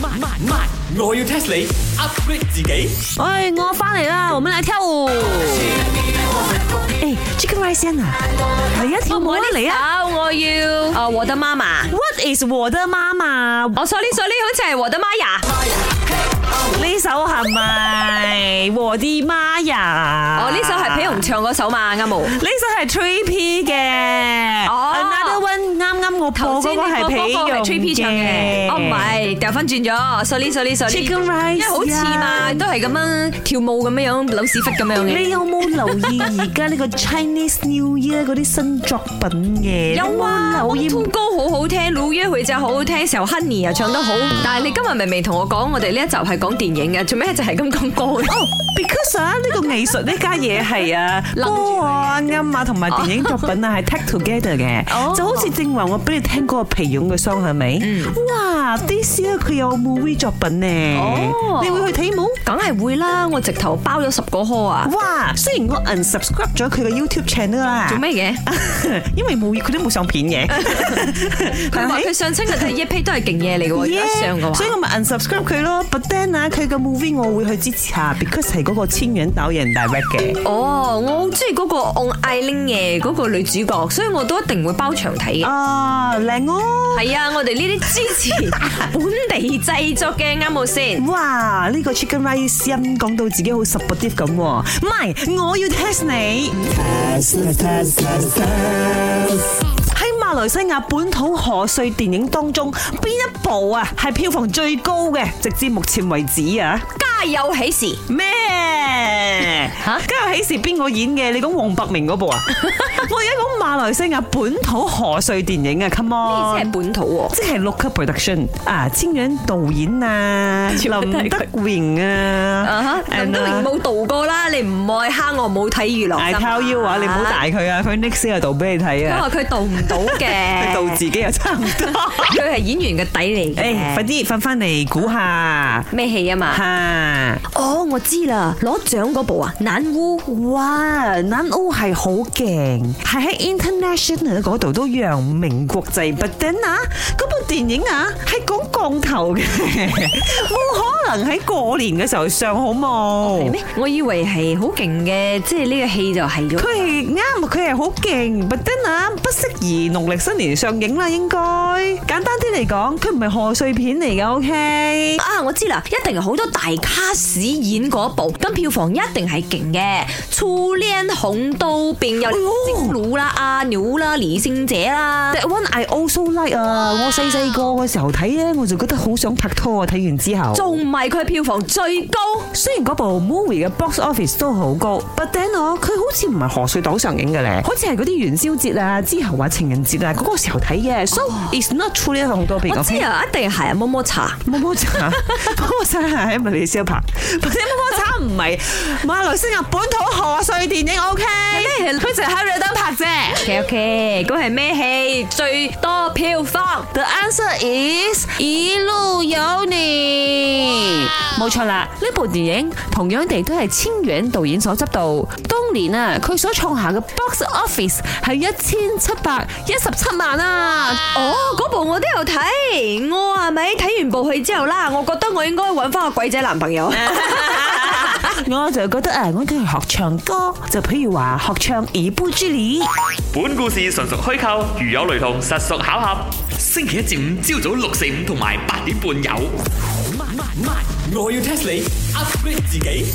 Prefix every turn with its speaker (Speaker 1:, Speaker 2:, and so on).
Speaker 1: 慢慢慢，我要 test 你 upgrade 自己。
Speaker 2: 哎，我翻嚟啦，我们來跳舞。
Speaker 3: 哎，Chicken Rice 先啊，嚟啊，跳舞啊，嚟啊
Speaker 2: 啊，我要啊，我的媽媽。
Speaker 3: ！What is 我的媽媽？
Speaker 2: 哦，sorry sorry，好似係我的媽呀。
Speaker 3: 呢首係咪我的媽呀？
Speaker 2: 哦，呢首係皮熊唱嗰首嘛，啱冇。
Speaker 3: 呢首係 Three P 嘅
Speaker 2: 哦
Speaker 3: ，Another One 啱啱我播嗰個係皮
Speaker 2: 嗰個係 Three P 唱嘅，哦唔係，掉翻轉咗，sorry sorry sorry，
Speaker 3: Chicken rice
Speaker 2: 因為好似嘛，都係咁樣跳舞咁樣樣，扭屎忽咁樣嘅。
Speaker 3: 你有冇留意而家呢個 Chinese New Year 嗰啲新作品嘅？
Speaker 2: 有
Speaker 3: 你
Speaker 2: 啊，
Speaker 3: 冇留意
Speaker 2: 兔歌好好聽，老爺佢就好好聽，時候 Honey 又唱得
Speaker 3: Oh
Speaker 2: 好。但係你今日明明同我講，我哋呢一集係講電影嘅，做咩就係咁講歌嘅？
Speaker 3: Oh, Because 啊，呢個藝術呢家嘢係 啊歌啊音啊同埋電影作品啊係 tag together
Speaker 2: 哦
Speaker 3: 嘅，就好似正話我俾你聽嗰個皮勇嘅 song 係咪？哇！This year 佢有 movie 作品呢
Speaker 2: 哦，
Speaker 3: 你會去睇冇？
Speaker 2: 梗係會啦，我直頭包咗十個殼啊！
Speaker 3: 哇！雖然我 unsubscribe 咗佢嘅 YouTube channel 啦，
Speaker 2: 做咩嘅？
Speaker 3: 因為冇佢都冇上片嘅，
Speaker 2: 佢話佢上親嘅第一批都係勁嘢嚟嘅喎，如果上嘅
Speaker 3: Yeah，所以
Speaker 2: 話。
Speaker 3: 我咪 unsubscribe 佢咯。But then 啊，佢嘅 movie 我會去支持下，because 係嗰個千元導演 direct 嘅。
Speaker 2: 哦，我好中意嗰個 On Eileen 嘅嗰個女主角，所以我都一定會包場睇嘅。
Speaker 3: 啊，靚哦！
Speaker 2: 係啊，我哋呢啲支 持本地製作嘅啱冇先？
Speaker 3: 哇！呢、個 Chicken Rice 音講到自己好 supportive 咁喎，唔係，我要 test 你。喺馬來西亞本土賀歲電影當中，邊一部啊係票房最高嘅？直至目前為止啊，
Speaker 2: 家有喜事，
Speaker 3: 咩？
Speaker 2: 吓
Speaker 3: 家有喜事邊個演嘅？你講黃百鳴嗰 部啊？我而家講馬來西亞本土賀歲電影啊，come
Speaker 2: 呢
Speaker 3: on！
Speaker 2: 先係本土喎。
Speaker 3: 即係六級 production 啊，千人導演啊，林德榮啊
Speaker 2: 啊哈，林德榮冇導過啦，你唔愛蝦我冇睇娛樂
Speaker 3: 大
Speaker 2: 新聞
Speaker 3: 靠腰啊，你唔好大。佢啊，佢 next 又導俾你睇
Speaker 2: 因為
Speaker 3: 啊，
Speaker 2: 佢導唔到
Speaker 3: 佢
Speaker 2: 嘅，
Speaker 3: 導自己又差唔 多。
Speaker 2: 佢係演員嘅底嚟嘅。
Speaker 3: 誒，快啲瞓翻嚟估下
Speaker 2: 咩戲啊嘛？
Speaker 3: 嚇。
Speaker 2: 哦，我知啦，攞獎嗰部啊，《難烏》。
Speaker 3: 哇！南歐係好勁，係喺 international 嗰度都揚名國際。But then 啊，嗰部電影啊係講降頭 嘅，冇可能喺過年嘅時候上好冇。
Speaker 2: 咩？我以為係好勁嘅，即係呢個戲就係咗。
Speaker 3: 佢係啱，佢係好勁，but then 啊，不適宜農曆新年上映啦，應該簡單啲嚟講，佢唔係賀歲片嚟嘅，OK？
Speaker 2: 啊，我知啦，一定係好多大卡士演嗰部，咁票房一定係勁嘅。初戀紅都便
Speaker 3: 哎
Speaker 2: 有精魯啦、阿牛啦、李聖者啦
Speaker 3: That one I also like 啊！我細細個嘅時候睇咧，我就覺得好想拍拖啊！睇完之後，
Speaker 2: 仲唔係佢票房最高？
Speaker 3: 雖然嗰部 movie 嘅 box office 都好高，but then 我佢好似唔係賀歲檔上映嘅咧，好似係嗰啲元宵節啊、之後啊、情人節啊嗰個時候睇嘅，so it's not true 呢好多片。
Speaker 2: 我知
Speaker 3: OK？
Speaker 2: 啊，一定係啊，摸摸茶。
Speaker 3: 摸摸 茶，摸摸茶哎係咪你先拍？ 或者摸摸茶唔 係馬來西亞本土賀歲電影 OK？
Speaker 2: 咩
Speaker 3: 佢就係喺度登拍啫。
Speaker 2: OK OK，咁係咩戲最多票房？
Speaker 3: The answer is 一路有你， 冇錯啦。呢部電影同樣地都係千遠導演所執導。當年啊，佢所創下嘅 box office 係一千七百一十七萬啊！
Speaker 2: 哦，嗰部我都有睇，我係咪睇完部戲之後啦？我覺得我應該揾翻個鬼仔男朋友。
Speaker 3: 我就覺得啊，我都要學唱歌，就譬如話學唱《以不之里》。
Speaker 4: 本故事純屬虛構，如有雷同，實屬巧合。
Speaker 1: 星期一至五朝早六四五同埋八點半有。慢慢慢，我要 test 你 upgrade 自己。